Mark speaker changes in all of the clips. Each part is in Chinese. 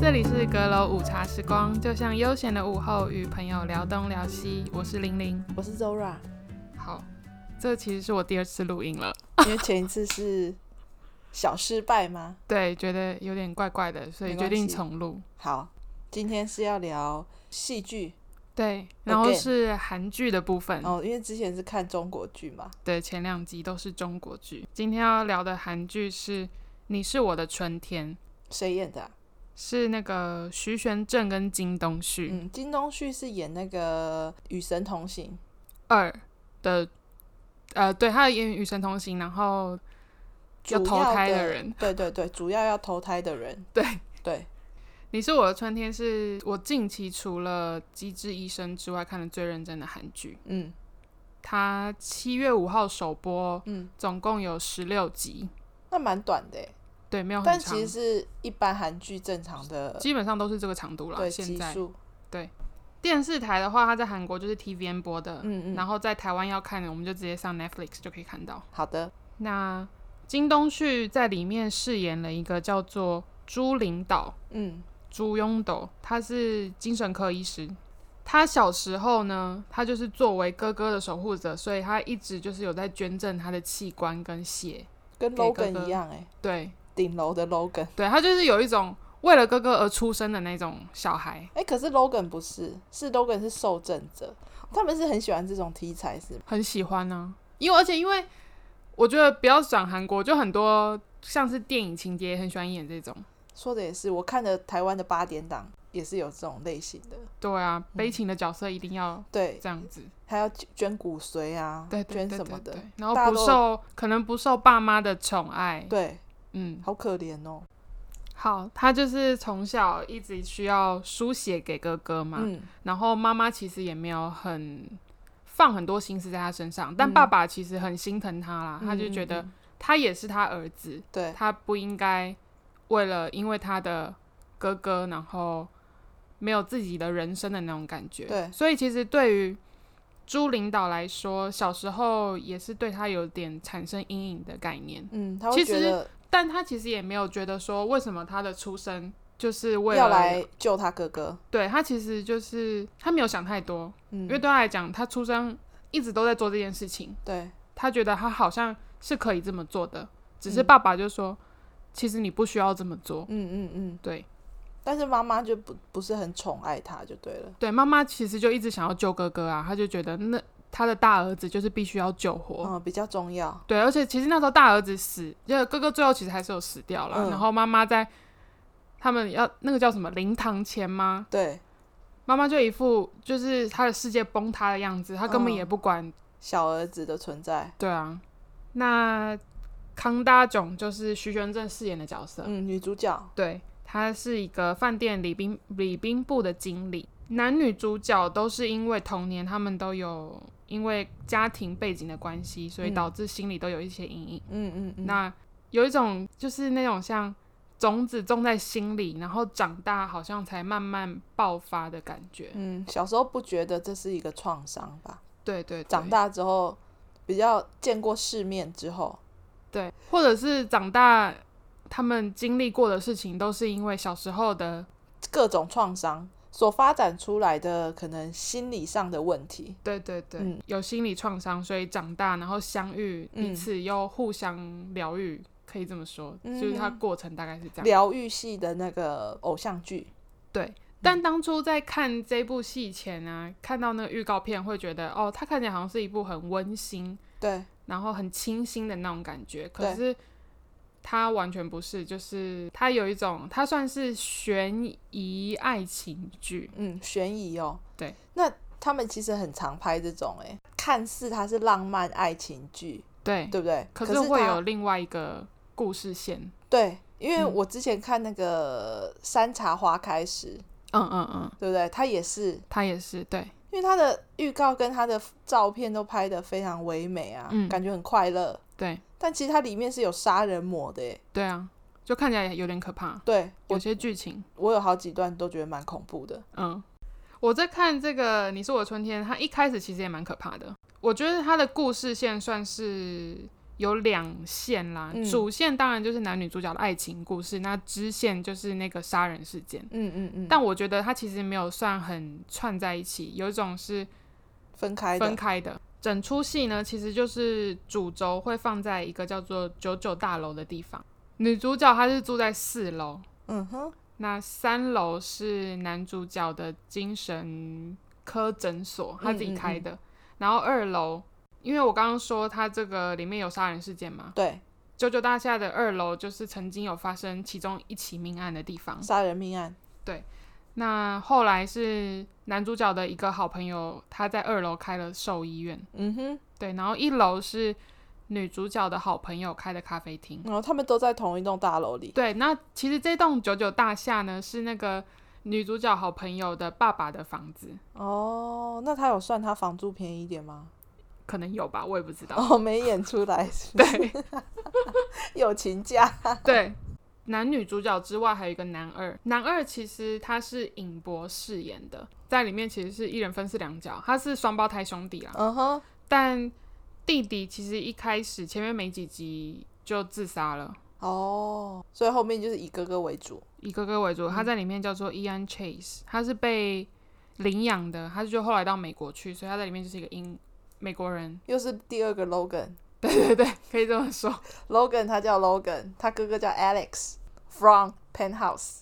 Speaker 1: 这里是阁楼午茶时光，就像悠闲的午后，与朋友聊东聊西。我是玲玲。
Speaker 2: 我是 Zora，
Speaker 1: 好，这其实是我第二次录音了，
Speaker 2: 因为前一次是小失败吗？
Speaker 1: 对，觉得有点怪怪的，所以
Speaker 2: 没
Speaker 1: 决
Speaker 2: 关
Speaker 1: 定
Speaker 2: 系
Speaker 1: 重录。
Speaker 2: 好，今天是要聊戏剧
Speaker 1: 对，然后
Speaker 2: Again
Speaker 1: 是韩剧的部分。
Speaker 2: 哦，因为之前是看中国剧嘛，
Speaker 1: 对，前两集都是中国剧。今天要聊的韩剧是《你是我的春天》，
Speaker 2: 谁演的啊、
Speaker 1: 是那个徐玄正跟金东旭。
Speaker 2: 嗯，金东旭是演那个《与神同行
Speaker 1: 二的，呃，对，他演《与神同行》，然后》
Speaker 2: 主
Speaker 1: 要投
Speaker 2: 要
Speaker 1: 胎
Speaker 2: 的
Speaker 1: 人，，
Speaker 2: 对对对，主要要投胎的人，
Speaker 1: 对。
Speaker 2: 对，
Speaker 1: 你是我的春天是我近期除了《机智医生》之外看的最认真的韩剧。
Speaker 2: 嗯
Speaker 1: 它七月五号首播，
Speaker 2: 嗯，
Speaker 1: 总共有十六集，
Speaker 2: 那蛮短的欸，
Speaker 1: 对，没有很
Speaker 2: 但
Speaker 1: 长
Speaker 2: 其，实是一般韩剧正常的
Speaker 1: 基本上都是这个长度了。
Speaker 2: 对
Speaker 1: 现
Speaker 2: 集
Speaker 1: 在
Speaker 2: 数，
Speaker 1: 电视台的话，它在韩国就是 TVN 播的，
Speaker 2: 嗯嗯，
Speaker 1: 然后在台湾要看的，我们就直接上 Netflix 就可以看到。
Speaker 2: 好的，
Speaker 1: 那金东旭在里面饰演了一个叫做朱领导，
Speaker 2: 嗯
Speaker 1: 朱庸斗，他是精神科医师。他小时候呢，他就是作为哥哥的守护者，所以他一直就是有在捐赠他的器官跟血。
Speaker 2: 跟
Speaker 1: 给哥
Speaker 2: Logan
Speaker 1: 哥
Speaker 2: 一样哎，
Speaker 1: 对，
Speaker 2: 顶楼的 Logan，
Speaker 1: 对他就是有一种为了哥哥而出生的那种小孩，
Speaker 2: 哎、可是 Logan 不是，是 Logan 是受赠者，他们是很喜欢这种题材是吗？
Speaker 1: 很喜欢呢、因为而且因为我觉得不要讲韩国，就很多像是电影情节也很喜欢演这种。
Speaker 2: 说的也是，我看的台湾的八点档也是有这种类型的，
Speaker 1: 对啊，悲情的角色一定要
Speaker 2: 对，
Speaker 1: 这样子，
Speaker 2: 还要捐捐骨髓啊，
Speaker 1: 对对
Speaker 2: 捐
Speaker 1: 对
Speaker 2: 什
Speaker 1: 对
Speaker 2: 么的，
Speaker 1: 对，然后
Speaker 2: 大
Speaker 1: 不
Speaker 2: 陆
Speaker 1: 受可能不受爸妈的宠爱，
Speaker 2: 对，
Speaker 1: 嗯，
Speaker 2: 好可怜哦。
Speaker 1: 好，他就是从小一直需要书写给哥哥嘛，
Speaker 2: 嗯，
Speaker 1: 然后妈妈其实也没有很放很多心思在他身上，但爸爸其实很心疼他啦，他就觉
Speaker 2: 嗯
Speaker 1: 得
Speaker 2: 嗯嗯
Speaker 1: 他也是他儿子，
Speaker 2: 对，
Speaker 1: 他不应该为了因为他的哥哥，然后没有自己的人生的那种感觉。
Speaker 2: 对
Speaker 1: 所以其实对于朱领导来说，小时候也是对他有点产生阴影的概念。
Speaker 2: 嗯，他
Speaker 1: 其
Speaker 2: 会觉
Speaker 1: 实
Speaker 2: 得
Speaker 1: 但他其实也没有觉得说为什么他的出生就是为了
Speaker 2: 要来救他哥哥，
Speaker 1: 对他其实就是他没有想太多，
Speaker 2: 嗯
Speaker 1: 因为，对他来讲，他出生一直都在做这件事情，
Speaker 2: 对，
Speaker 1: 他觉得他好像是可以这么做的，只是
Speaker 2: 嗯
Speaker 1: 爸爸就说，其实你不需要这么做
Speaker 2: 嗯。嗯嗯，
Speaker 1: 对
Speaker 2: 但是妈妈就不不是很宠爱他，就对了。
Speaker 1: 对，妈妈其实就一直想要救哥哥啊，他就觉得那他的大儿子就是必须要救活。
Speaker 2: 嗯，比较重要，
Speaker 1: 对，而且其实那时候大儿子死，就是哥哥最后其实还是有死掉了，
Speaker 2: 嗯
Speaker 1: 然后妈妈在他们要那个叫什么灵堂前吗？
Speaker 2: 对，
Speaker 1: 妈妈就一副就是她的世界崩塌的样子，她根本
Speaker 2: 嗯
Speaker 1: 也不管。
Speaker 2: 小儿子的存在，
Speaker 1: 对啊，那康大炯就是徐玄正饰演的角色，
Speaker 2: 嗯，女主角，
Speaker 1: 对，他是一个饭店礼宾礼宾部的经理。男女主角都是因为童年，他们都有因为家庭背景的关系，所以
Speaker 2: 嗯
Speaker 1: 导致心里都有一些阴影。
Speaker 2: 嗯嗯嗯，
Speaker 1: 那有一种就是那种像种子种在心里，然后长大好像才慢慢爆发的感觉。
Speaker 2: 嗯，小时候不觉得这是一个创伤吧？
Speaker 1: 对对对，
Speaker 2: 长大之后，比较见过世面之后，
Speaker 1: 对，或者是长大，他们经历过的事情都是因为小时候的，
Speaker 2: 各种创伤所发展出来的可能心理上的问题，
Speaker 1: 对对对，
Speaker 2: 嗯
Speaker 1: 有心理创伤，所以长大然后相遇，彼
Speaker 2: 嗯
Speaker 1: 此又互相疗愈，可以这么说，就是它
Speaker 2: 嗯
Speaker 1: 过程大概是这样。
Speaker 2: 疗愈系的那个偶像剧，
Speaker 1: 对，
Speaker 2: 嗯
Speaker 1: 但当初在看这部戏前啊，看到那个预告片，会觉得哦，它看起来好像是一部很温馨，
Speaker 2: 对，
Speaker 1: 然后很清新的那种感觉，可
Speaker 2: 对
Speaker 1: 是它完全不是，就是它有一种，它算是悬疑爱情剧，
Speaker 2: 嗯，悬疑哦，
Speaker 1: 对，
Speaker 2: 那他们其实很常拍这种、欸，看似它是浪漫爱情剧，
Speaker 1: 对，
Speaker 2: 对不对？
Speaker 1: 欸可
Speaker 2: 是
Speaker 1: 是会
Speaker 2: 它
Speaker 1: 有另外一个故事线。
Speaker 2: 对，因为
Speaker 1: 嗯
Speaker 2: 我之前看那个《山茶花开时》，
Speaker 1: 嗯嗯嗯，
Speaker 2: 对不对？它也是
Speaker 1: 他也是对，
Speaker 2: 因为他的预告跟他的照片都拍得非常唯美啊，
Speaker 1: 嗯
Speaker 2: 感觉很快乐。
Speaker 1: 对
Speaker 2: 但其实它里面是有杀人魔的耶，
Speaker 1: 对啊，就看起来有点可怕。
Speaker 2: 对
Speaker 1: 有
Speaker 2: 我
Speaker 1: 些剧情，
Speaker 2: 我有好几段都觉得蛮恐怖的。
Speaker 1: 嗯，我在看这个《你是我的春天》，它一开始其实也蛮可怕的。我觉得它的故事线算是有两线啦，
Speaker 2: 嗯
Speaker 1: 主线当然就是男女主角的爱情故事，那支线就是那个杀人事件。
Speaker 2: 嗯嗯嗯，
Speaker 1: 但我觉得它其实没有算很串在一起，有一种是
Speaker 2: 分开的
Speaker 1: 分开的。整出戏呢，其实就是主轴会放在一个叫做九九大楼的地方。女主角她是住在四楼，
Speaker 2: 嗯哼，
Speaker 1: 那三楼是男主角的精神科诊所，他自己开
Speaker 2: 嗯
Speaker 1: 的。然后二楼，因为我刚刚说他这个里面有杀人事件嘛，
Speaker 2: 对，
Speaker 1: 九九大厦的二楼就是曾经有发生其中一起命案的地方。
Speaker 2: 杀人命案，
Speaker 1: 那后来是男主角的一个好朋友，他在二楼开了兽医院。
Speaker 2: 嗯哼，
Speaker 1: 对，然后一楼是女主角的好朋友开的咖啡厅。
Speaker 2: 然后他们都在同一栋大楼里，
Speaker 1: 对，那其实这栋九九大厦呢，是那个女主角好朋友的爸爸的房子，
Speaker 2: 哦，那他有算他房租便宜一点吗？
Speaker 1: 可能有吧，我也不知道。
Speaker 2: 哦，没演出来，
Speaker 1: 对
Speaker 2: 友情价，
Speaker 1: 对，男女主角之外还有一个男二，男二其实他是尹博饰演的，在里面其实是一人分饰两角，他是双胞胎兄弟啦，
Speaker 2: 嗯哼，
Speaker 1: 但弟弟其实一开始前面没几集就自杀了。
Speaker 2: 哦，所以后面就是以哥哥为主，
Speaker 1: 以哥哥为主，
Speaker 2: 嗯
Speaker 1: 他在里面叫做 Ian Chase，他是被领养的，他就后来到美国去，所以他在里面就是一个英美国人，
Speaker 2: 又是第二个 Logan，Logan
Speaker 1: 对对对，可以这么说。
Speaker 2: 他叫 Logan，他哥哥叫 Alex from Penthouse，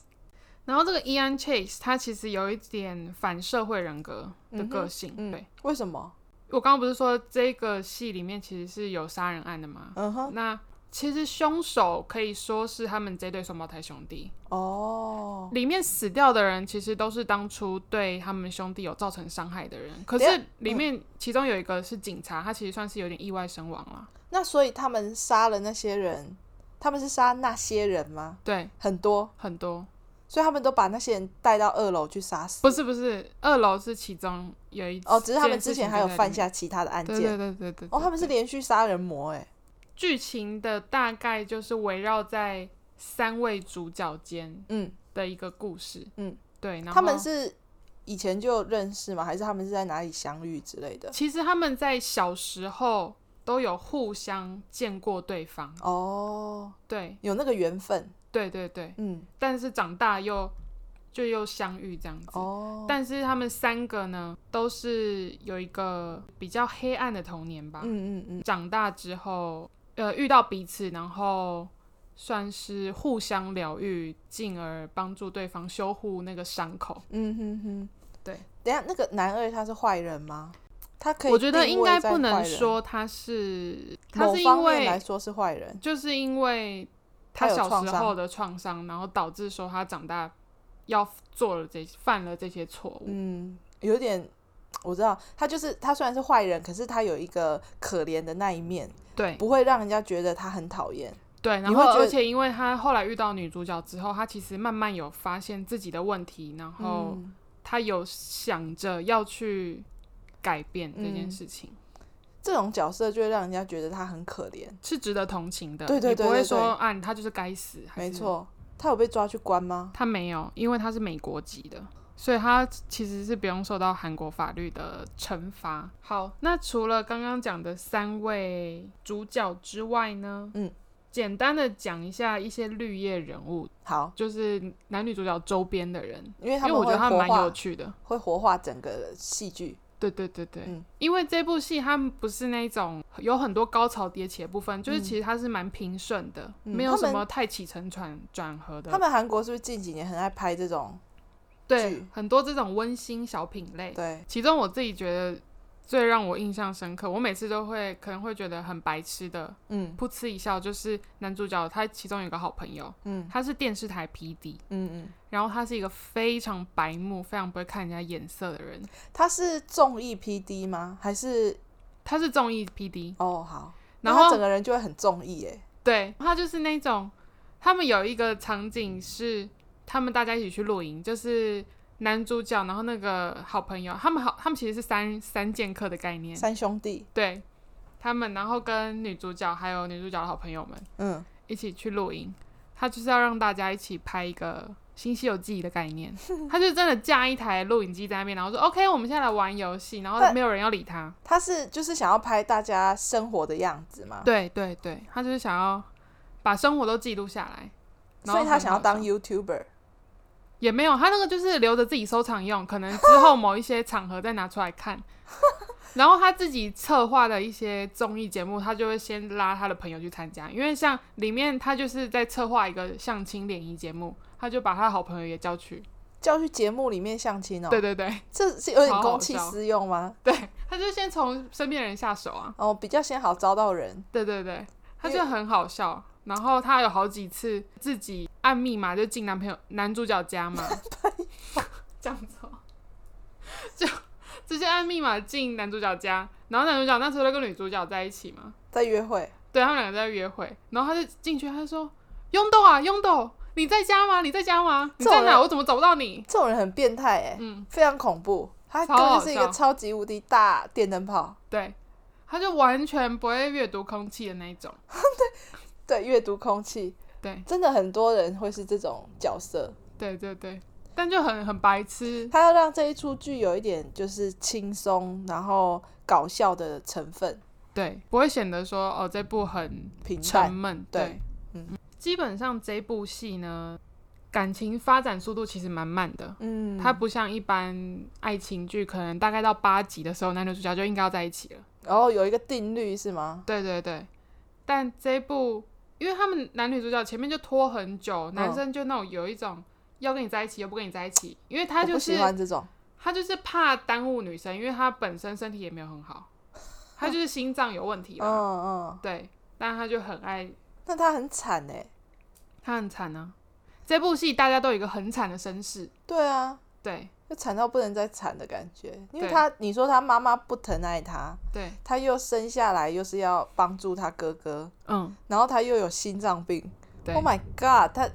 Speaker 1: 然后这个 Ian Chase 他其实有一点反社会人格的个性，
Speaker 2: 嗯哼嗯
Speaker 1: 对
Speaker 2: 为什么？
Speaker 1: 我刚刚不是说这个戏里面其实是有杀人案的吗？
Speaker 2: 嗯哼，
Speaker 1: 那其实凶手可以说是他们这对双胞胎兄弟，
Speaker 2: 哦，
Speaker 1: 里面死掉的人其实都是当初对他们兄弟有造成伤害的人，可
Speaker 2: 等一
Speaker 1: 是里
Speaker 2: 嗯
Speaker 1: 面其中有一个是警察，他其实算是有点意外身亡了。
Speaker 2: 那所以他们杀了那些人，他们是杀那些人吗？
Speaker 1: 对，
Speaker 2: 很多，
Speaker 1: 很多
Speaker 2: 所以他们都把那些人带到二楼去杀死。
Speaker 1: 不是不是，二楼是其中有一
Speaker 2: 哦，只是他们
Speaker 1: 件事
Speaker 2: 之
Speaker 1: 情
Speaker 2: 前还有
Speaker 1: 在里
Speaker 2: 犯
Speaker 1: 面
Speaker 2: 下其他的案件。
Speaker 1: 对对对对对
Speaker 2: 哦，他们是
Speaker 1: 对
Speaker 2: 连续杀人魔哎、
Speaker 1: 剧情的大概就是围绕在三位主角间
Speaker 2: 嗯，
Speaker 1: 的一个故事。
Speaker 2: 嗯，
Speaker 1: 对，然后
Speaker 2: 他们是以前就认识吗？还是他们是在哪里相遇之类的？
Speaker 1: 其实他们在小时候都有互相见过对方。
Speaker 2: 哦，
Speaker 1: 对
Speaker 2: 有那个缘分，
Speaker 1: 对对对。
Speaker 2: 嗯，
Speaker 1: 但是长大又就又相遇这样子。
Speaker 2: 哦，
Speaker 1: 但是他们三个呢，都是有一个比较黑暗的童年吧。
Speaker 2: 嗯嗯嗯，
Speaker 1: 长大之后，呃，遇到彼此，然后算是互相疗愈，进而帮助对方修护那个伤口。
Speaker 2: 嗯哼哼，
Speaker 1: 对。
Speaker 2: 等一下那个男二他是坏人吗？他可以，
Speaker 1: 我觉得应该不能，说他是，他
Speaker 2: 某
Speaker 1: 是因
Speaker 2: 方面来
Speaker 1: 为
Speaker 2: 说是坏人。
Speaker 1: 就是因为他
Speaker 2: 他有
Speaker 1: 小
Speaker 2: 创
Speaker 1: 时
Speaker 2: 伤
Speaker 1: 候的创伤，然后导致说他长大要做了这犯了这些错误。
Speaker 2: 嗯，有点，我知道他就是他虽然是坏人，可是他有一个可怜的那一面，
Speaker 1: 对，
Speaker 2: 不会让人家觉得他很讨厌。
Speaker 1: 对，然
Speaker 2: 你
Speaker 1: 后
Speaker 2: 会
Speaker 1: 而
Speaker 2: 觉得
Speaker 1: 且因为他后来遇到女主角之后，他其实慢慢有发现自己的问题，然后
Speaker 2: 嗯，
Speaker 1: 他有想着要去改变这件
Speaker 2: 嗯
Speaker 1: 事情，
Speaker 2: 这种角色就会让人家觉得他很可怜。
Speaker 1: 是值得同情的。
Speaker 2: 对对
Speaker 1: 你
Speaker 2: 对
Speaker 1: 不会
Speaker 2: 对
Speaker 1: 说
Speaker 2: 对
Speaker 1: 啊，他就是该死。还
Speaker 2: 没
Speaker 1: 是，
Speaker 2: 错，他有被抓去关吗？
Speaker 1: 他没有，因为他是美国籍的，所以他其实是不用受到韩国法律的惩罚。好，那除了刚刚讲的三位主角之外呢？
Speaker 2: 嗯。
Speaker 1: 简单的讲一下一些绿叶人物，
Speaker 2: 好，
Speaker 1: 就是男女主角周边的人，
Speaker 2: 因为
Speaker 1: 因
Speaker 2: 他
Speaker 1: 为
Speaker 2: 们
Speaker 1: 我觉
Speaker 2: 会
Speaker 1: 得他
Speaker 2: 活
Speaker 1: 蛮有
Speaker 2: 化，
Speaker 1: 趣的。
Speaker 2: 会活化整个戏剧。
Speaker 1: 对对对对，
Speaker 2: 嗯
Speaker 1: 因为这部戏它不是那种有很多高潮迭起的部分，就是
Speaker 2: 嗯
Speaker 1: 其实它是蛮平顺的，
Speaker 2: 嗯
Speaker 1: 没有
Speaker 2: 他
Speaker 1: 什
Speaker 2: 们
Speaker 1: 么太起承转转合的。
Speaker 2: 他们韩国是不是近几年很爱拍这种？
Speaker 1: 对
Speaker 2: 剧
Speaker 1: 很多这种温馨小品类，
Speaker 2: 对，
Speaker 1: 其中我自己觉得最让我印象深刻，我每次都会可能会觉得很白痴的，
Speaker 2: 嗯
Speaker 1: 噗嗤一笑，就是男主角他其中有一个好朋友，
Speaker 2: 嗯
Speaker 1: 他是电视台 PD，
Speaker 2: 嗯嗯，
Speaker 1: 然后他是一个非常白目、非常不会看人家眼色的人，
Speaker 2: 他是综艺 P D 吗？还是
Speaker 1: 他是综艺 PD，
Speaker 2: 哦好，那
Speaker 1: 然
Speaker 2: 他整
Speaker 1: 后
Speaker 2: 个人就会很综艺哎。
Speaker 1: 对他就是那种，他们有一个场景是他们大家一起去露营，就是男主角，然后那个好朋友，他们好，他们其实是三三剑客的概念，
Speaker 2: 三兄弟，
Speaker 1: 对他们，然后跟女主角还有女主角的好朋友们
Speaker 2: 嗯
Speaker 1: 一起去露营，他就是要让大家一起拍一个新西游记》的概 念，他就真的架一台录影机在那边，然后说 OK，我们现在来玩游戏，然后
Speaker 2: 但
Speaker 1: 没有人要理他。
Speaker 2: 他是就是想要拍大家生活的样子嘛，
Speaker 1: 对对对，他就是想要把生活都记录下来，然
Speaker 2: 所以
Speaker 1: 后
Speaker 2: 他
Speaker 1: 很
Speaker 2: 想要
Speaker 1: 好笑
Speaker 2: 当 YouTuber。
Speaker 1: 也没有，他那个就是留着自己收藏用，可能之后某一些场合再拿出来看。然后他自己策划的一些综艺节目，他就会先拉他的朋友去参加，因为像里面他就是在策划一个相亲联谊节目，他就把他的好朋友也叫去。
Speaker 2: 叫去节目里面相亲哦、
Speaker 1: 对对对
Speaker 2: 这是有点
Speaker 1: 超好
Speaker 2: 公器
Speaker 1: 笑
Speaker 2: 私用吗？
Speaker 1: 对，他就先从身边的人下手啊。
Speaker 2: 哦，比较先好招到人，
Speaker 1: 对对对，他
Speaker 2: 因
Speaker 1: 就
Speaker 2: 为
Speaker 1: 很好笑。然后他有好几次自己按密码就进男朋友男主角家 嘛，这样子哦，就直接按密码进男主角家。然后男主角那时候在跟女主角在一起嘛，
Speaker 2: 在约会，
Speaker 1: 对他们两个在约会。然后他就进去，他就说：“拥斗啊，拥斗，你在家吗？你在家吗？你
Speaker 2: 这种
Speaker 1: 在哪？
Speaker 2: 人
Speaker 1: 我怎么找不到你
Speaker 2: 这种人很变态哎、
Speaker 1: 嗯
Speaker 2: 非常恐怖，他
Speaker 1: 超
Speaker 2: 根本
Speaker 1: 好
Speaker 2: 就是一个
Speaker 1: 笑
Speaker 2: 超级无敌大电灯泡。？”
Speaker 1: 对，他就完全不会阅读空气的那一种。
Speaker 2: 对，阅读空气，
Speaker 1: 对，
Speaker 2: 真的很多人会是这种角色。
Speaker 1: 对对对，但就很很白痴。
Speaker 2: 他要让这一出剧有一点就是轻松，然后搞笑的成分
Speaker 1: 对，不会显得说哦这部很
Speaker 2: 平
Speaker 1: 沉
Speaker 2: 淡。
Speaker 1: 闷。
Speaker 2: 对
Speaker 1: 对，
Speaker 2: 嗯，
Speaker 1: 基本上这部戏呢，感情发展速度其实蛮慢的。
Speaker 2: 嗯，
Speaker 1: 它不像一般爱情剧，可能大概到八集的时候，男女主角就应该要在一起了。
Speaker 2: 然后有一个定律是吗？
Speaker 1: 对对对，但这一部，因为他们男女主角前面就拖很久，男
Speaker 2: 嗯
Speaker 1: 生就那种有一种要跟你在一起又不跟你在一起，因为他
Speaker 2: 我
Speaker 1: 就
Speaker 2: 不
Speaker 1: 是
Speaker 2: 喜欢这种，
Speaker 1: 他就是怕耽误女生，因为他本身身体也没有很好，他就是心脏有啊问题
Speaker 2: 嗯
Speaker 1: 啦。
Speaker 2: 嗯，
Speaker 1: 对，但他就很爱，
Speaker 2: 那他很惨哎、
Speaker 1: 他很惨啊。这部戏大家都有一个很惨的身世，
Speaker 2: 对啊，
Speaker 1: 对
Speaker 2: 就惨到不能再惨的感觉，因为
Speaker 1: 对
Speaker 2: 他你说他妈妈不疼爱他，
Speaker 1: 对，
Speaker 2: 他又生下来又是要帮助他哥哥，
Speaker 1: 嗯，
Speaker 2: 然后他又有心脏病
Speaker 1: 对
Speaker 2: ，Oh，my god，他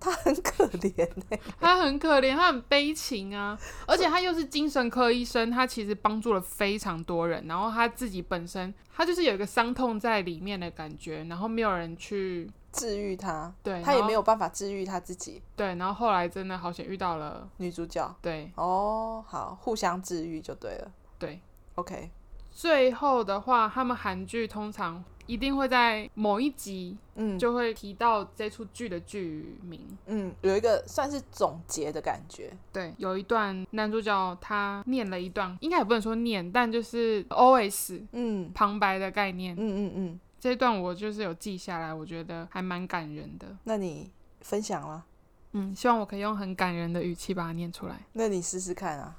Speaker 2: 他很可怜哎、
Speaker 1: 他很可怜，他很悲情啊，而且他又是精神科医生，他其实帮助了非常多人，然后他自己本身他就是有一个伤痛在里面的感觉，然后没有人去
Speaker 2: 治愈他，
Speaker 1: 对，
Speaker 2: 他也
Speaker 1: 然后
Speaker 2: 没有办法治愈他自己，
Speaker 1: 对，然后后来真的好险遇到了，
Speaker 2: 女主角。
Speaker 1: 对
Speaker 2: 哦，好，互相治愈就对了。
Speaker 1: 对，
Speaker 2: OK，
Speaker 1: 最后的话，他们韩剧通常一定会在某一集
Speaker 2: 嗯，
Speaker 1: 就会提到这出剧的剧名。
Speaker 2: 嗯，有一个算是总结的感觉。
Speaker 1: 对，有一段男主角他念了一段，应该也不能说念，但就是 always
Speaker 2: 嗯
Speaker 1: 旁白的概念
Speaker 2: 嗯。嗯嗯，
Speaker 1: 这一段我就是有记下来，我觉得还蛮感人的。
Speaker 2: 那你分享啦，
Speaker 1: 嗯，希望我可以用很感人的语气把它念出来，
Speaker 2: 那你试试看啊。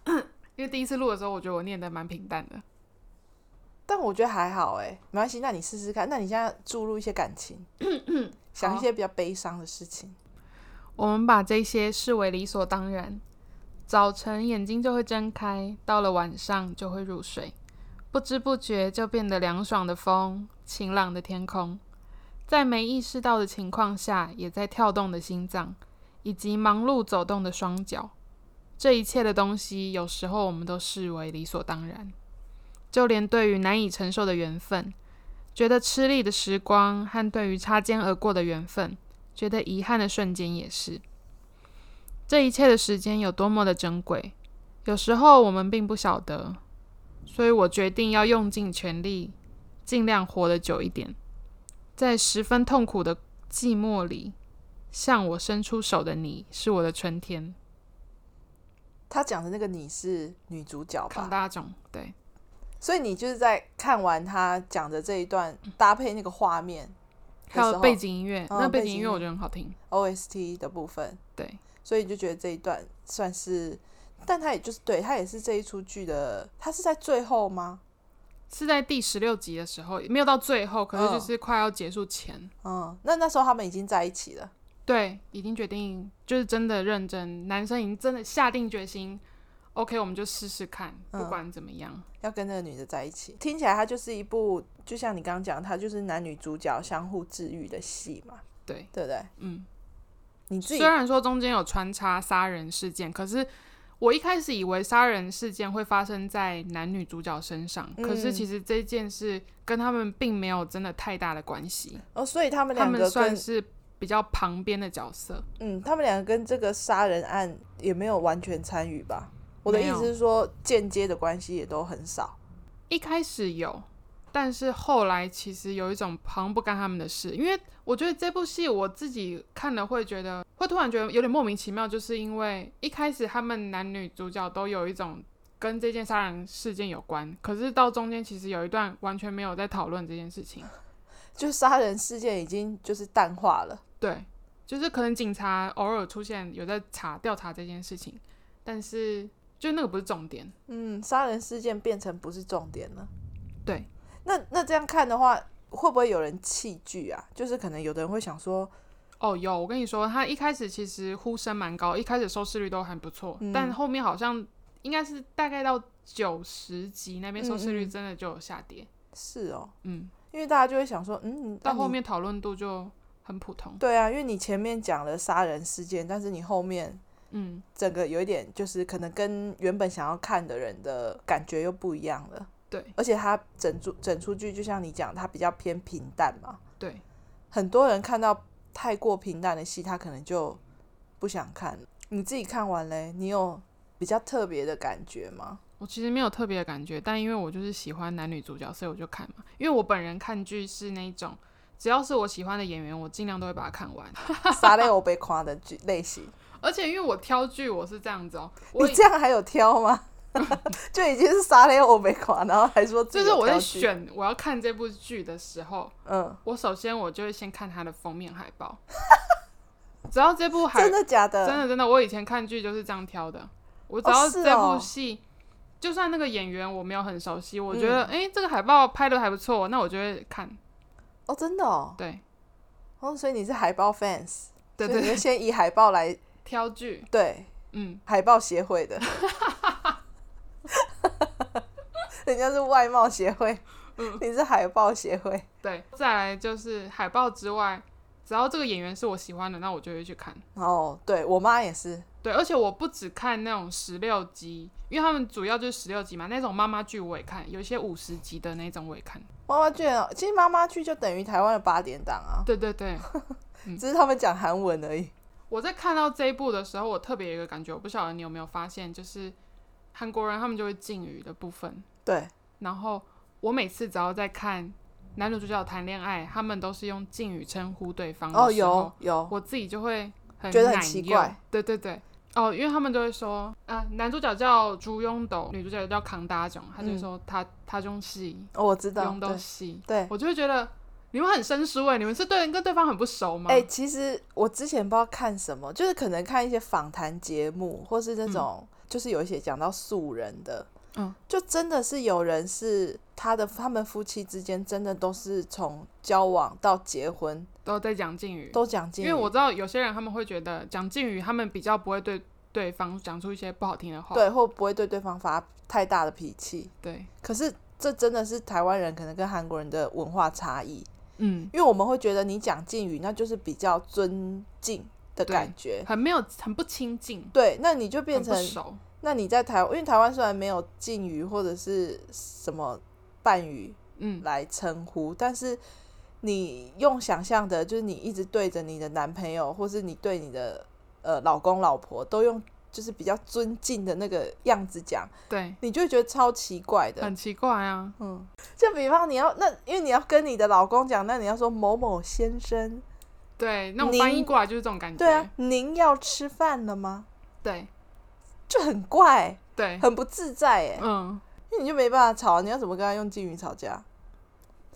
Speaker 1: 因为第一次录的时候，我觉得我念的蛮平淡的。
Speaker 2: 但我觉得还好哎、没关系。那你试试看，那你现在注入一些感情，想一
Speaker 1: 好
Speaker 2: 些比较悲伤的事情。
Speaker 1: 我们把这些视为理所当然。早晨眼睛就会睁开，到了晚上就会入睡，不知不觉就变得凉爽的风，晴朗的天空，在没意识到的情况下，也在跳动的心脏，以及忙碌走动的双脚。这一切的东西，有时候我们都视为理所当然。就连对于难以承受的缘分，觉得吃力的时光和对于擦肩而过的缘分，觉得遗憾的瞬间也是。这一切的时间有多么的珍贵，有时候我们并不晓得，所以我决定要用尽全力，尽量活得久一点，在十分痛苦的寂寞里，向我伸出手的你是我的春天。
Speaker 2: 他讲的那个你是女主角
Speaker 1: 康
Speaker 2: 吧？
Speaker 1: 大众，对
Speaker 2: 所以你就是在看完他讲的这一段，搭配那个画面
Speaker 1: 还有背景音乐，
Speaker 2: 嗯
Speaker 1: 那
Speaker 2: 背
Speaker 1: 背景
Speaker 2: 景
Speaker 1: 音
Speaker 2: 音
Speaker 1: 乐我
Speaker 2: 乐
Speaker 1: 觉得很好听。
Speaker 2: OST 的部分，
Speaker 1: 对
Speaker 2: 所以你就觉得这一段算是，但他也就是对他也是这一出剧的，他是在最后吗？
Speaker 1: 是在第十六集的时候，没有到最后，可是就
Speaker 2: 嗯
Speaker 1: 是快要结束前，
Speaker 2: 嗯，那那时候他们已经在一起了，
Speaker 1: 对，已经决定，就是真的认真，男生已经真的下定决心，OK，我们就试试看，不
Speaker 2: 嗯
Speaker 1: 管怎么样，
Speaker 2: 要跟那个女的在一起。听起来它就是一部，就像你刚刚讲，它就是男女主角相互治愈的戏嘛，
Speaker 1: 对，
Speaker 2: 对不对？
Speaker 1: 嗯，
Speaker 2: 你自己
Speaker 1: 虽然说中间有穿插杀人事件，可是我一开始以为杀人事件会发生在男女主角身上，可是
Speaker 2: 嗯
Speaker 1: 其实这件事跟他们并没有真的太大的关系，
Speaker 2: 哦，所以他们
Speaker 1: 他
Speaker 2: 两
Speaker 1: 们
Speaker 2: 个
Speaker 1: 算
Speaker 2: 跟
Speaker 1: 是比较旁边的角色。
Speaker 2: 嗯，他们两个跟这个杀人案也没有完全参与吧？我的
Speaker 1: 没
Speaker 2: 意
Speaker 1: 有
Speaker 2: 思是说，间接的关系也都很少。
Speaker 1: 一开始有，但是后来其实有一种好像不干他们的事，因为我觉得这部戏我自己看了会觉得，会突然觉得有点莫名其妙，就是因为一开始他们男女主角都有一种跟这件杀人事件有关，可是到中间其实有一段完全没有在讨论这件事情，
Speaker 2: 就杀人事件已经就是淡化了，
Speaker 1: 对，就是可能警察偶尔出现有在查调查这件事情，但是就那个不是重点，
Speaker 2: 嗯，杀人事件变成不是重点了。
Speaker 1: 对，
Speaker 2: 那那这样看的话，会不会有人弃剧啊？就是可能有的人会想说，
Speaker 1: 哦，有，我跟你说，他一开始其实呼声蛮高，一开始收视率都还不错，
Speaker 2: 嗯
Speaker 1: 但后面好像应该是大概到九十集那边收视率
Speaker 2: 嗯嗯
Speaker 1: 真的就有下跌，
Speaker 2: 是哦，
Speaker 1: 嗯，
Speaker 2: 因为大家就会想说，嗯，那
Speaker 1: 到
Speaker 2: 你
Speaker 1: 后面讨论度就很普通，
Speaker 2: 对啊，因为你前面讲了杀人事件，但是你后面
Speaker 1: 嗯，
Speaker 2: 整个有一点就是可能跟原本想要看的人的感觉又不一样了，
Speaker 1: 对
Speaker 2: 而且它整出整出剧就像你讲，它比较偏平淡嘛，
Speaker 1: 对，
Speaker 2: 很多人看到太过平淡的戏，他可能就不想看了。你自己看完嘞，你有比较特别的感觉 吗？
Speaker 1: 我其实没有特别的感觉，但因为我就是喜欢男女主角，所以我就看嘛，因为我本人看剧是那一种。只要是我喜欢的演员，我尽量都会把它看完。
Speaker 2: 杀类我被夸的剧类型，
Speaker 1: 而且因为我挑剧，我是这样子哦、我
Speaker 2: 你这样还有 挑吗？就已经是杀类我被夸，然后还说
Speaker 1: 就
Speaker 2: 自己
Speaker 1: 是
Speaker 2: 有
Speaker 1: 我在
Speaker 2: 挑剧，
Speaker 1: 选我要看这部剧的时候，
Speaker 2: 嗯，
Speaker 1: 我首先我就会先看它的封面海报， 只要这部海
Speaker 2: 真的假的？
Speaker 1: 真的真的我以前看剧就是这样挑的，我只
Speaker 2: 哦
Speaker 1: 要
Speaker 2: 是
Speaker 1: 这
Speaker 2: 哦
Speaker 1: 部戏、就算那个演员我没有很熟悉，我觉
Speaker 2: 嗯
Speaker 1: 得诶这个海报拍的还不错，那我就会看。
Speaker 2: 哦，真的哦，
Speaker 1: 对
Speaker 2: 哦，所以你是海报 fans，
Speaker 1: 对
Speaker 2: 所以
Speaker 1: 对，
Speaker 2: 你就先以海报来
Speaker 1: 挑剧，
Speaker 2: 对
Speaker 1: 嗯，
Speaker 2: 海报协 会的，人家是外貌协会，
Speaker 1: 嗯
Speaker 2: 你是海报协会，
Speaker 1: 对。再来就是海报之外，只要这个演员是我喜欢的，那我就会去看。
Speaker 2: 哦，对我妈也是，
Speaker 1: 对，而且我不只看那种十六集，因为他们主要就是十六集嘛，那种妈妈剧我也看，有一些五十集的那种我也看。
Speaker 2: 妈妈剧哦，其实妈妈剧就等于台湾的八点档啊，
Speaker 1: 对对对，嗯
Speaker 2: 只是他们讲韩文而已。
Speaker 1: 我在看到这一部的时候，我特别有一个感觉，我不晓得你有没有发现，就是韩国人他们就会敬语的部分。
Speaker 2: 对，
Speaker 1: 然后我每次只要在看男女主角谈恋爱，他们都是用敬语称呼对方的
Speaker 2: 哦，
Speaker 1: 时候
Speaker 2: 有有，
Speaker 1: 我自己就会很
Speaker 2: 觉得很
Speaker 1: 奶
Speaker 2: 奇
Speaker 1: 油
Speaker 2: 怪。
Speaker 1: 对对对，哦，因为他们都会说，啊，男主角叫朱庸斗，女主角叫康大炯，他就会
Speaker 2: 嗯
Speaker 1: 说他他中戏，
Speaker 2: 哦我知道，
Speaker 1: 庸斗
Speaker 2: 对
Speaker 1: 戏，
Speaker 2: 对。
Speaker 1: 我就会觉得你们很生疏哎，你们是对跟对方很不熟吗？
Speaker 2: 哎、其实我之前不知道看什么，就是可能看一些访谈节目，或是那种、就是有一些讲到素人的，
Speaker 1: 嗯，
Speaker 2: 就真的是有人是他的他们夫妻之间真的都是从交往到结婚
Speaker 1: 都在讲敬语，
Speaker 2: 都讲
Speaker 1: 因
Speaker 2: 敬语，
Speaker 1: 为我知道有些人他们会觉得讲敬语，他们比较不会对对方讲出一些不好听的话。
Speaker 2: 对或不会对对方发太大的脾气。
Speaker 1: 对，
Speaker 2: 可是这真的是台湾人可能跟韩国人的文化差异，
Speaker 1: 嗯，
Speaker 2: 因为我们会觉得你讲敬语那就是比较尊敬的感觉。
Speaker 1: 很没有，很不亲近，
Speaker 2: 对，那你就变
Speaker 1: 很不
Speaker 2: 成
Speaker 1: 熟。
Speaker 2: 那你在台，因为台湾虽然没有敬语或者是什么半语
Speaker 1: 嗯，
Speaker 2: 来称呼，但是你用想象的，就是你一直对着你的男朋友，或是你对你的呃老公老婆，都用就是比较尊敬的那个样子讲，
Speaker 1: 对，
Speaker 2: 你就会觉得超奇怪的。
Speaker 1: 很奇怪啊。
Speaker 2: 嗯，就比方你要那，因为你要跟你的老公讲，那你要说某某先生，
Speaker 1: 对，那种
Speaker 2: 您
Speaker 1: 翻译过来就是这种感觉。
Speaker 2: 对啊，您要吃饭了吗？
Speaker 1: 对，
Speaker 2: 就很怪，
Speaker 1: 对
Speaker 2: 很不自在哎、
Speaker 1: 嗯，
Speaker 2: 那你就没办法吵，你要怎么跟他用敬语吵架？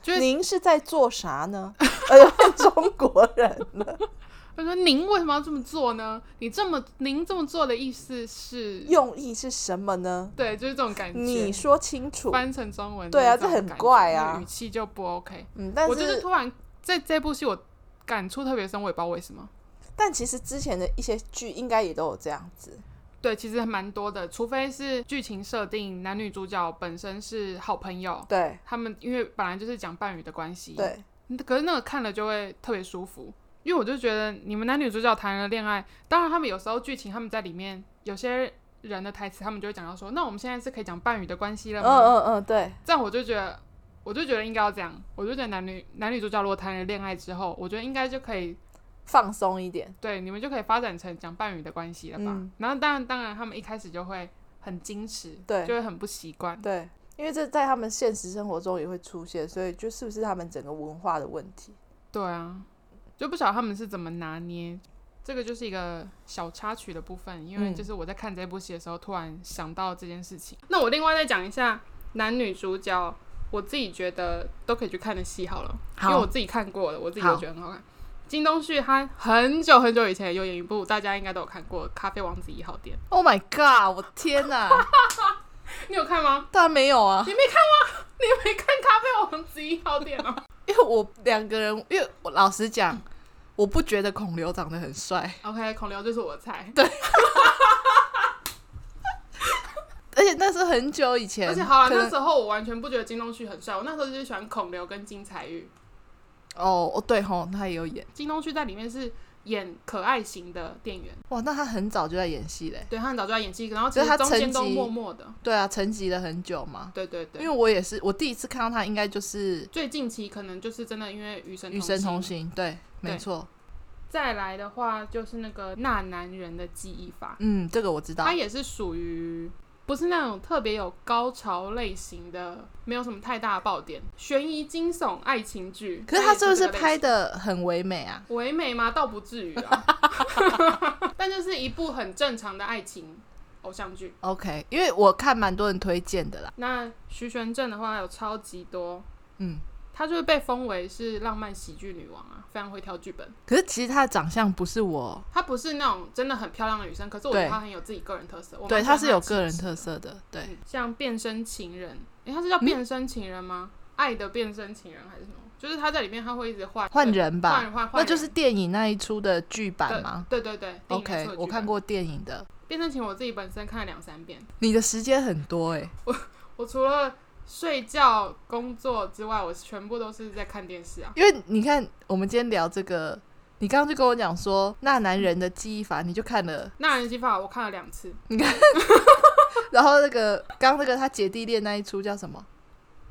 Speaker 1: 就是
Speaker 2: 您是在做啥呢？ 呃，变中国人了，
Speaker 1: 他说您为什么要这么做呢？你这么您这么做的意思是，
Speaker 2: 用意是什么呢？
Speaker 1: 对，就是这种感觉。
Speaker 2: 你说清楚。
Speaker 1: 翻成中文，
Speaker 2: 对啊
Speaker 1: 就是
Speaker 2: 这
Speaker 1: 种
Speaker 2: 很
Speaker 1: 感觉
Speaker 2: 怪啊
Speaker 1: 那语气就不 OK。
Speaker 2: 嗯，但
Speaker 1: 我就是
Speaker 2: 是
Speaker 1: 突然在这部戏我感触特别深，我也不知道为什么。
Speaker 2: 但其实之前的一些剧应该也都有这样子。
Speaker 1: 对，其实还蛮多的，除非是剧情设定男女主角本身是好朋友，
Speaker 2: 对
Speaker 1: 他们因为本来就是讲伴侣的关系，，嗯
Speaker 2: 对，
Speaker 1: 可是那个看了就会特别舒服，因为我就觉得你们男女主角谈了恋爱，当然他们有时候剧情他们在里面有些人的台词，他们就会讲到说，那我们现在是可以讲伴侣的关系了
Speaker 2: 嗯
Speaker 1: 吗？
Speaker 2: 嗯嗯，对，
Speaker 1: 这样我就觉得，我就觉得应该要这样，我就觉得男女男女主角如果谈了恋爱之后，我觉得应该就可以
Speaker 2: 放松一点，
Speaker 1: 对，你们就可以发展成讲伴侣的关系了吧？
Speaker 2: 嗯
Speaker 1: 然后当然，当然，他们一开始就会很矜持，
Speaker 2: 对
Speaker 1: 就会很不习惯。
Speaker 2: 对，因为这在他们现实生活中也会出现，所以就是不是他们整个文化的问题。
Speaker 1: 对啊，就不晓得他们是怎么拿捏。这个就是一个小插曲的部分，因为
Speaker 2: 嗯
Speaker 1: 就是我在看这部戏的时候，突然想到这件事情。那我另外再讲一下男女主角，我自己觉得都可以去看的戏好了，因为
Speaker 2: 好
Speaker 1: 我自己看过了，我自己
Speaker 2: 好
Speaker 1: 都觉得很好看。金东旭他很久很久以前有演一部，大家应该都有看过《咖啡王子一号店
Speaker 2: Oh my god！我天 哪，》，
Speaker 1: 你有看吗？
Speaker 2: 当然没有啊，
Speaker 1: 你没看吗？你没看《咖啡王子一号店》哦？
Speaker 2: 因为我两个人，因为我老实讲，我不觉得孔刘长得很帅，
Speaker 1: OK，孔刘就是我的菜，
Speaker 2: 而且那是很久以前，
Speaker 1: 而且好了，
Speaker 2: 可能
Speaker 1: 那时候我完全不觉得金东旭很帅，我那时候就是喜欢孔刘跟金彩玉。
Speaker 2: 哦哦对吼，他也有演
Speaker 1: 金东旭在里面是演可爱型的店员，
Speaker 2: 哇，那他很早就在演戏嘞，
Speaker 1: 对他很早就在演戏，然后其
Speaker 2: 就是
Speaker 1: 实
Speaker 2: 他
Speaker 1: 中间
Speaker 2: 沉
Speaker 1: 都
Speaker 2: 寂
Speaker 1: 默默的。
Speaker 2: 对啊，沉寂了很久嘛，
Speaker 1: 对对
Speaker 2: 因
Speaker 1: 对，
Speaker 2: 为我也是，我第一次看到他应该就是
Speaker 1: 最近期可能就是真的因为与神
Speaker 2: 《与神同
Speaker 1: 行。
Speaker 2: 行》，对，没
Speaker 1: 对
Speaker 2: 错，
Speaker 1: 再来的话就是那个那男人的记忆法，
Speaker 2: 嗯，这个我知道
Speaker 1: 它，也是属于不是那种特别有高潮类型的，没有什么太大的爆点，悬疑惊悚爱情剧。
Speaker 2: 可是他是不是
Speaker 1: 这个类型
Speaker 2: 拍的很唯美啊？
Speaker 1: 唯美吗？倒不至于啊， 但就是一部很正常的爱情偶像剧。
Speaker 2: OK，因为我看蛮多人推荐的啦。
Speaker 1: 那徐玄正的话有超级多，
Speaker 2: 嗯，
Speaker 1: 她就是被封为是浪漫喜剧女王啊，非常会挑剧本。
Speaker 2: 可是其实他的长相不是我，
Speaker 1: 她不是那种真的很漂亮的女生，可是我觉得
Speaker 2: 对
Speaker 1: 她很有自己个人特色。我蛮
Speaker 2: 对，
Speaker 1: 喜
Speaker 2: 他
Speaker 1: 欢
Speaker 2: 是
Speaker 1: 她
Speaker 2: 有
Speaker 1: 的
Speaker 2: 个人
Speaker 1: 气质
Speaker 2: 特色的。对，
Speaker 1: 嗯像变身情人，诶，他是叫变身情人吗？爱的变身情人还是什么？就是他在里面他会一直换
Speaker 2: 换人吧，
Speaker 1: 换换换
Speaker 2: 那
Speaker 1: 人，
Speaker 2: 就是电影那一出的剧版吗
Speaker 1: 对对对电影没
Speaker 2: ？OK，
Speaker 1: 错
Speaker 2: 我看
Speaker 1: 剧
Speaker 2: 过电影的。
Speaker 1: 本变身情人，我自己本身看了两三遍。
Speaker 2: 你的时间很多哎、
Speaker 1: 我除了睡觉、工作之外，我全部都是在看电视啊。
Speaker 2: 因为你看我们今天聊这个，你刚刚就跟我讲说那男人的记忆法，你就看了，
Speaker 1: 那人机法我看了两次，
Speaker 2: 然后那个刚刚那个他姐弟恋那一出叫什么？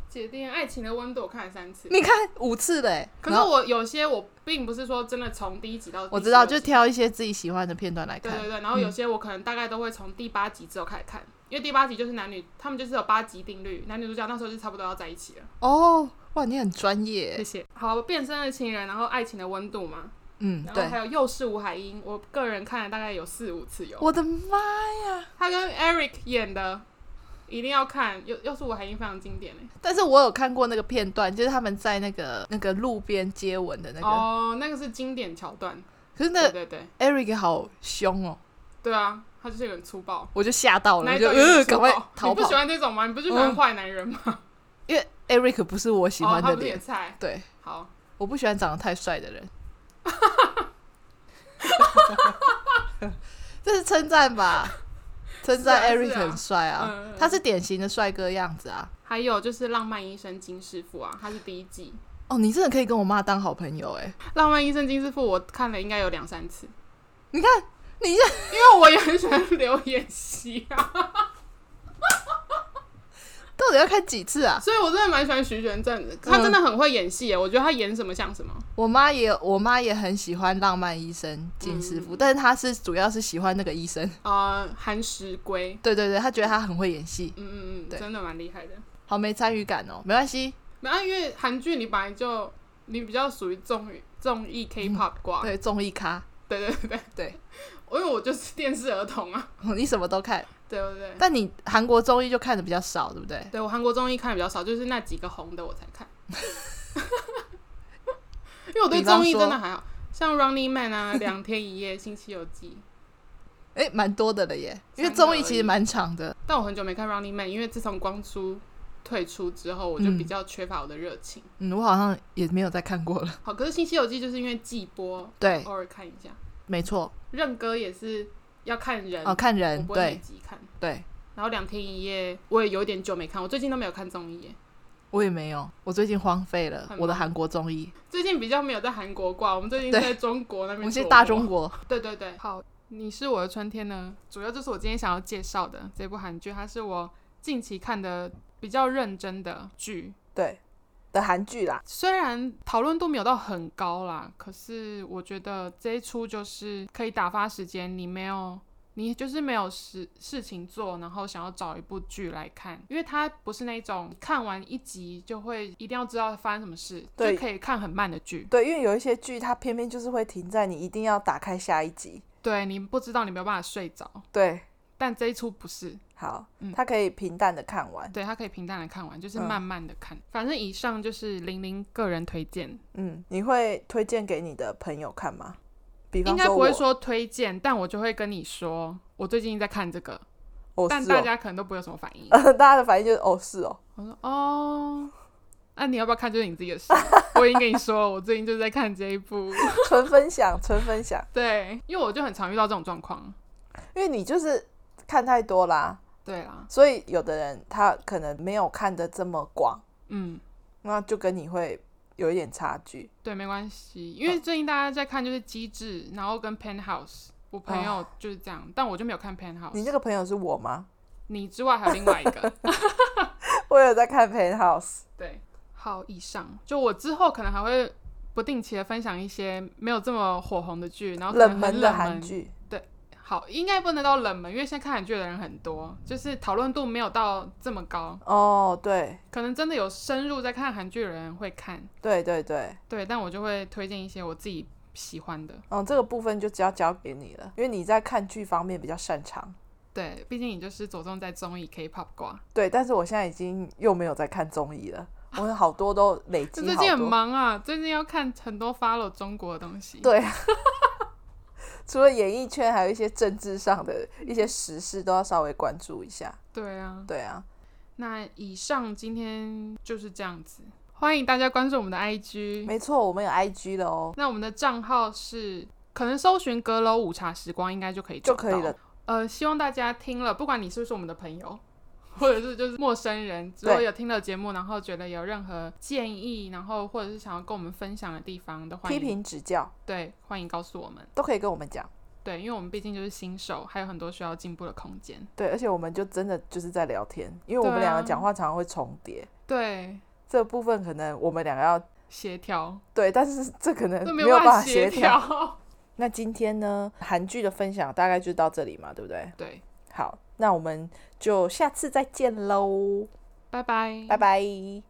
Speaker 1: 姐弟恋爱情的温度我看了三次。
Speaker 2: 你看五次嘞、欸，
Speaker 1: 可是
Speaker 2: 然后
Speaker 1: 我有些我并不是说真的从第一集到第
Speaker 2: 我知道，
Speaker 1: 十
Speaker 2: 就
Speaker 1: 二集
Speaker 2: 挑一些自己喜欢的片段来
Speaker 1: 对
Speaker 2: 看。嗯
Speaker 1: 对对，然后有些我可能大概都会从第八集之后开始看，因为第八集就是男女，他们就是有八集定律，男女主角那时候就差不多要在一起了。
Speaker 2: 哦，哇，你很专业
Speaker 1: 谢
Speaker 2: 欸。
Speaker 1: 谢。好，变身的情人，然后爱情的温度嘛，
Speaker 2: 嗯，
Speaker 1: 然后
Speaker 2: 对
Speaker 1: 还。有又是吴海英，我个人看了大概有四五次有，
Speaker 2: 我的妈呀！
Speaker 1: 他跟 Eric 演的，一定要看，又又是吴海英非常经典嘞、欸
Speaker 2: 但是我有看过那个片段，就是他们在那个那个路边接吻的那个，
Speaker 1: 哦，那个是经典桥段，
Speaker 2: 可是
Speaker 1: 对
Speaker 2: 那
Speaker 1: 对对，
Speaker 2: Eric 好凶哦，
Speaker 1: 对啊，他就是一个人粗暴。
Speaker 2: 我就吓到了，
Speaker 1: 那
Speaker 2: 我
Speaker 1: 一
Speaker 2: 就
Speaker 1: 段有点
Speaker 2: 呃
Speaker 1: 粗
Speaker 2: 赶快
Speaker 1: 暴
Speaker 2: 逃
Speaker 1: 你不
Speaker 2: 跑
Speaker 1: 喜，欢这种吗？你不就喜欢
Speaker 2: 嗯
Speaker 1: 坏男人吗？
Speaker 2: 因为 Eric 不是我喜
Speaker 1: 哦，
Speaker 2: 欢
Speaker 1: 他
Speaker 2: 的
Speaker 1: 不是
Speaker 2: 脸，
Speaker 1: 也菜。
Speaker 2: 对，
Speaker 1: 好，
Speaker 2: 我不喜欢长得太 帅的人。这是称赞吧？称赞
Speaker 1: 是啊是
Speaker 2: Eric
Speaker 1: 啊
Speaker 2: 很帅
Speaker 1: 嗯
Speaker 2: 啊
Speaker 1: 嗯，
Speaker 2: 他是典型的帅哥样子啊。
Speaker 1: 还有就是《浪漫医生金师傅》啊，他是第一季，
Speaker 2: 哦，你真的可以跟我妈当好朋友哎、
Speaker 1: 《浪漫医生金师傅》我看了应该有两三次，
Speaker 2: 你看，你这
Speaker 1: 因为我也很喜欢刘演熙啊，
Speaker 2: 到底要看几次啊？
Speaker 1: 所以我真的蛮喜欢徐玄正的，他真的很会演戏耶，我觉得他演什么像什么。
Speaker 2: 我妈也，我妈也很喜欢浪漫医生金师傅，
Speaker 1: 嗯
Speaker 2: 但是她是主要是喜欢那个医生。
Speaker 1: 呃，韩石圭，
Speaker 2: 对对对，她觉得他很会演戏，
Speaker 1: 嗯嗯嗯，
Speaker 2: 对
Speaker 1: 真的蛮厉害的。
Speaker 2: 好没参与感哦，没关系。
Speaker 1: 然后因为韩剧你本来就你比较属于综艺综艺 K-pop 挂，
Speaker 2: 对，综艺咖，
Speaker 1: 对对啊 对
Speaker 2: 对，
Speaker 1: 因为我就是电视儿童啊，
Speaker 2: 你什么都看，
Speaker 1: 对不对？
Speaker 2: 但你韩国综艺就看的比较少，对不对？
Speaker 1: 对我韩国综艺看的比较少，就是那几个红的我才 看，因为我对
Speaker 2: 比方
Speaker 1: 综艺
Speaker 2: 说
Speaker 1: 真的还好，像《Running Man》啊，《两天一夜》《星期游记
Speaker 2: 诶，蛮多的了耶，因
Speaker 1: 三
Speaker 2: 为
Speaker 1: 个
Speaker 2: 综艺
Speaker 1: 而
Speaker 2: 其
Speaker 1: 已
Speaker 2: 实蛮长的》，。
Speaker 1: 但我很久没看《Running Man》，因为自从光洙退出之后，我就
Speaker 2: 嗯
Speaker 1: 比较缺乏我的热情。
Speaker 2: 嗯，我好像也没有再看过了。
Speaker 1: 好，可是《星期游记》就是因为季播，
Speaker 2: 对，
Speaker 1: 偶尔看一下。
Speaker 2: 没错，
Speaker 1: 任哥也是要看人，
Speaker 2: 哦，看
Speaker 1: 我
Speaker 2: 人，
Speaker 1: 不会每
Speaker 2: 对
Speaker 1: 集看。
Speaker 2: 对，
Speaker 1: 然后《两天一夜》我也有点久没看，我最近都没有看综艺耶，
Speaker 2: 我也没有，我最近荒废了
Speaker 1: 很
Speaker 2: 我的
Speaker 1: 忙
Speaker 2: 韩国综艺，
Speaker 1: 最近比较没有在韩国挂，我们最近
Speaker 2: 对
Speaker 1: 在中国那
Speaker 2: 我
Speaker 1: 边。
Speaker 2: 们是大中国，
Speaker 1: 对对对，好，你是我的春天呢，主要就是我今天想要介绍的这部韩剧，它是我近期看的比较认真的剧，
Speaker 2: 对，的韩剧啦。
Speaker 1: 虽然讨论度没有到很高啦，可是我觉得这一出就是可以打发时间，你没有。你就是没有事事情做，然后想要找一部剧来看，因为它不是那种看完一集就会一定要知道发生什么事，
Speaker 2: 对
Speaker 1: 就可以看很慢的剧。
Speaker 2: 对，因为有一些剧，它偏偏就是会停在你一定要打开下一集。
Speaker 1: 对你不知道，你没有办法睡着，
Speaker 2: 对，
Speaker 1: 但这一出不是，
Speaker 2: 好，
Speaker 1: 嗯
Speaker 2: 它可以平淡的看完。
Speaker 1: 对，它可以平淡的看完，就是
Speaker 2: 嗯
Speaker 1: 慢慢的看。反正以上就是玲玲个人推荐，
Speaker 2: 嗯，你会推荐给你的朋友看吗？比
Speaker 1: 应
Speaker 2: 方
Speaker 1: 该
Speaker 2: 说
Speaker 1: 不
Speaker 2: 我，
Speaker 1: 会说推荐，但我就会跟你说，我最近在看这个，
Speaker 2: 哦，
Speaker 1: 但
Speaker 2: 是
Speaker 1: 大
Speaker 2: 哦，
Speaker 1: 家可能都不会有什么反应。
Speaker 2: 呃， 大家的反应就是哦，是哦，
Speaker 1: 我说哦，那、你要不要看就是你自己的事。 我已经跟你说了，我最近就是在看这一部。
Speaker 2: 纯分享，纯分享，
Speaker 1: 对，因为我就很常遇到这种状况。
Speaker 2: 因为你就是看太多啦，
Speaker 1: 对啦，
Speaker 2: 所以有的人他可能没有看的这么广，
Speaker 1: 嗯，
Speaker 2: 那就跟你会有一点差距。
Speaker 1: 对，没关系，因
Speaker 2: 嗯
Speaker 1: 为最近大家在看就是《机智》，然后跟《Penthouse》，我朋友就是这样，但我就没有看《Penthouse》
Speaker 2: 哦你。这个朋友是我吗？
Speaker 1: 你之外还有另外一个，
Speaker 2: 我有在看《Penthouse
Speaker 1: 对，好，以上就我之后可能还会不定期的分享一些没有这么火红的剧，然》后可能
Speaker 2: 冷
Speaker 1: 很
Speaker 2: 门的
Speaker 1: 冷
Speaker 2: 韩
Speaker 1: 门
Speaker 2: 剧，
Speaker 1: 好，应该不能到冷门，因为现在看韩剧的人很多，就是讨论度没有到这么高，
Speaker 2: 哦，对
Speaker 1: 可能真的有深入在看韩剧的人会看，
Speaker 2: 对对对，
Speaker 1: 对，但我就会推荐一些我自己喜欢的，
Speaker 2: 嗯，这个部分就只要交给你了，因为你在看剧方面比较擅长。
Speaker 1: 对，毕竟你就是着重在综艺 K-pop 挂，
Speaker 2: 对，但是我现在已经又没有在看综艺了，我有好多都累积
Speaker 1: 就
Speaker 2: 好
Speaker 1: 最
Speaker 2: 多。
Speaker 1: 近很忙啊，最近要看很多 follow 中国的东西，
Speaker 2: 对除了演艺圈，还有一些政治上的一些时事都要稍微关注一下。
Speaker 1: 对啊，
Speaker 2: 对啊，
Speaker 1: 那以上今天就是这样子，欢迎大家关注我们的 IG，
Speaker 2: 没错，我们有 IG 了哦，
Speaker 1: 那我们的账号是可能搜寻阁楼午茶时光应该就可以
Speaker 2: 就
Speaker 1: 找
Speaker 2: 可以
Speaker 1: 到
Speaker 2: 了。
Speaker 1: 呃，希望大家听了，不管你是不是我们的朋友，或者是就是陌生人，如果
Speaker 2: 对
Speaker 1: 有听了节目，然后觉得有任何建议，然后或者是想要跟我们分享的地方的，欢
Speaker 2: 批
Speaker 1: 迎
Speaker 2: 评指教
Speaker 1: 对，欢迎告诉我们。
Speaker 2: 都可以跟我们讲。
Speaker 1: 对，因为我们毕竟就是新手，还有很多需要进步的空间。
Speaker 2: 对，而且我们就真的就是在聊天，因为我们
Speaker 1: 对啊
Speaker 2: 两个讲话常常会重叠，
Speaker 1: 对，
Speaker 2: 这部分可能我们两个要
Speaker 1: 协调
Speaker 2: 对，但是这可能
Speaker 1: 都
Speaker 2: 呃没
Speaker 1: 有
Speaker 2: 办
Speaker 1: 法
Speaker 2: 法协调。
Speaker 1: 调。
Speaker 2: 那今天呢，韩剧的分享大概就到这里嘛，对不对？
Speaker 1: 对，
Speaker 2: 好，那我们就下次再见喽，
Speaker 1: 拜拜，
Speaker 2: 拜拜。